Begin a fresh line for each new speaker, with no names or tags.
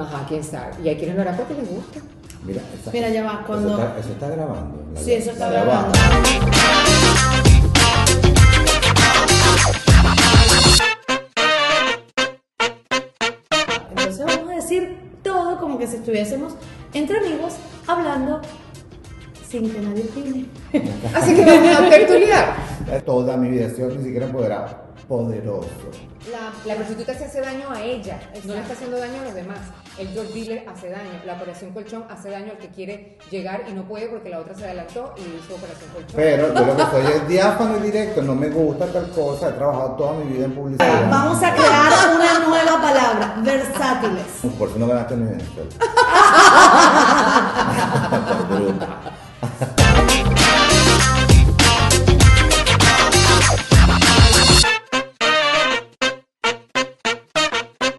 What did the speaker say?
Ajá, quién sabe. Y hay quienes lo harán porque les gusta.
Mira, esa-
Mira, ya va, cuando-
Eso está, eso está grabando. La-
Sí, eso está
la grabamos.
grabando. Entonces vamos a decir todo como que si estuviésemos entre amigos hablando sin que nadie opine.
Así que vamos a tertuliar.
Eh, Toda mi vida, yo ni siquiera podrá. Poderoso.
La, la prostituta se hace daño a ella, no le está haciendo daño a los demás. El drug dealer hace daño, la operación colchón hace daño al que quiere llegar y no puede porque la otra se adelantó y hizo operación colchón.
Pero yo lo que soy es diáfano y directo, no me gusta tal cosa, he trabajado toda mi vida en publicidad.
Vamos a crear una nueva palabra, versátiles.
Por si no ganaste ni en el sueldo. Bruta.